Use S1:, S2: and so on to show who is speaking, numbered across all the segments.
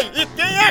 S1: é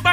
S1: da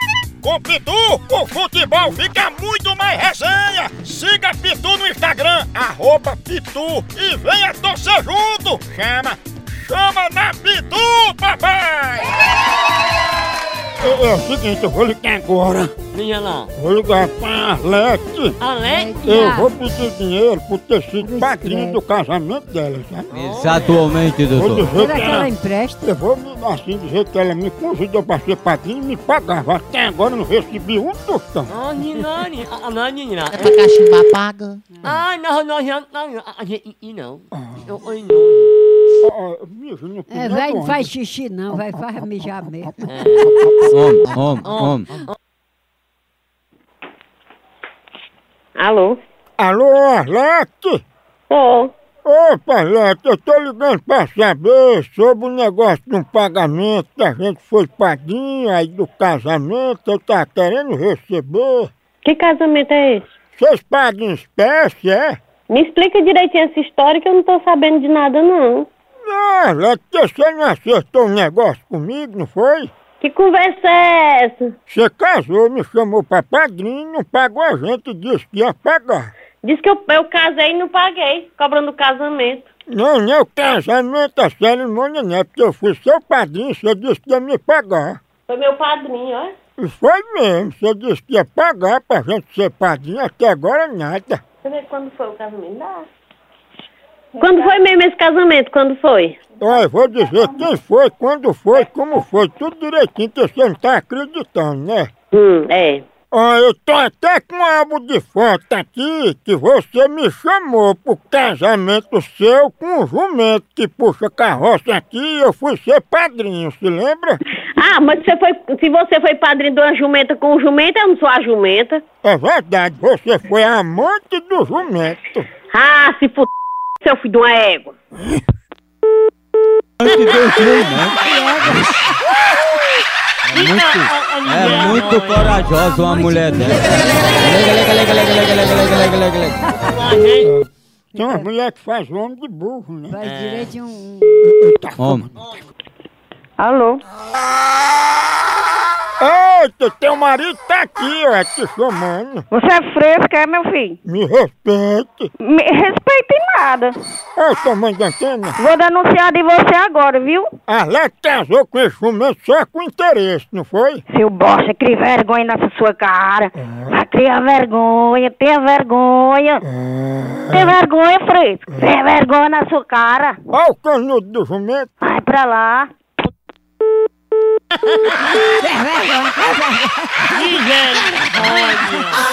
S1: Com Pitu, o futebol fica muito mais resenha. Siga Pitu no Instagram, arroba Pitu e venha torcer junto. Chama, chama na Pitu, papai! É, é o seguinte, eu vou ligar agora.
S2: Liga lá.
S1: Vou ligar pra Arlete.
S2: Alex?
S3: Tá.
S1: Eu vou pedir dinheiro por ter sido padrinho do casamento dela, sabe?
S4: Exatamente,
S1: Vou
S4: doutor.
S1: dizer
S3: Será
S1: que
S3: que ela tá
S1: ela...
S3: empresta?
S1: Eu vou me- assim dizer que ela me convidou pra ser padrinho e me pagava. Até agora eu não recebi um tostão.
S2: Nani, nani, a- a- nani, nani.
S5: Essa cachimba paga.
S2: Ah, não, não, não, não, a gente, e não. Eu, oi, não.
S1: Ó, ó, bicho, não
S3: É,
S1: podia
S3: vai, não
S1: doer.
S3: faz xixi não, vai, faz mijar mesmo.
S4: Homem, homem, homem.
S6: Alô?
S1: Alô, Arlete?
S6: Sou.
S1: Opa, Arlete, eu tô ligando pra saber sobre o negócio de um pagamento que a gente foi padrinho aí do casamento, eu tava querendo receber.
S6: Que casamento é esse?
S1: Vocês pagam em espécie, é?
S6: Me explica direitinho essa história que eu não tô sabendo de nada, não.
S1: Não, Arlete, porque Ah, você não acertou um negócio comigo, não foi?
S6: Que conversa é essa?
S1: Você casou, me chamou pra padrinho, não pagou a gente, disse que ia pagar.
S6: Diz que eu, eu casei e não paguei, cobrando o casamento.
S1: Não, não, é o casamento, a cerimônia não é, porque eu fui seu padrinho, você disse que ia me pagar.
S6: Foi meu padrinho, ó.
S1: E foi mesmo, você disse que ia pagar pra gente ser padrinho, até agora nada.
S6: Deixa eu ver quando foi o casamento. Dá. Quando foi mesmo esse casamento? Quando foi?
S1: Olha, eu vou dizer quem foi, quando foi, como foi, tudo direitinho, que você não tá acreditando, né?
S6: Hum, é.
S1: Ó, Ah, eu tô até com um álbum de foto aqui, que você me chamou pro casamento seu com um jumento que puxa carroça aqui e eu fui ser padrinho, se lembra?
S6: Ah, mas você foi, se você foi padrinho de uma jumenta com um jumento, eu não sou a jumenta.
S1: É verdade, você foi amante do jumento.
S6: Ah, se f... seu filho de uma égua.
S4: Antes de eu ver, né? É muito corajosa uma mulher dessa. Lega, lega, lega, lega, lega, lega, lega, lega, lega, lega.
S1: Tem uma mulher que faz homem de burro, né?
S3: Faz direito de um...
S4: Homem.
S6: Alô?
S1: Eita, teu marido tá aqui, ó, te chamando.
S6: Você é fresca, é, meu filho?
S1: Me respeite.
S6: Me respeita em nada.
S1: Olha o tamanho da antena.
S6: Vou denunciar de você agora, viu?
S1: Arlete casou com esse jumento só com interesse, não foi?
S6: Seu bosta, cria vergonha nessa sua cara. Vai criar vergonha, tenha vergonha.
S1: Ah,
S6: Tem vergonha, fresco. Tem vergonha na sua cara.
S1: Olha o canudo do jumento.
S6: Vai pra lá.
S3: É, vai, vai, vai, vai.
S2: Que velho. Olha.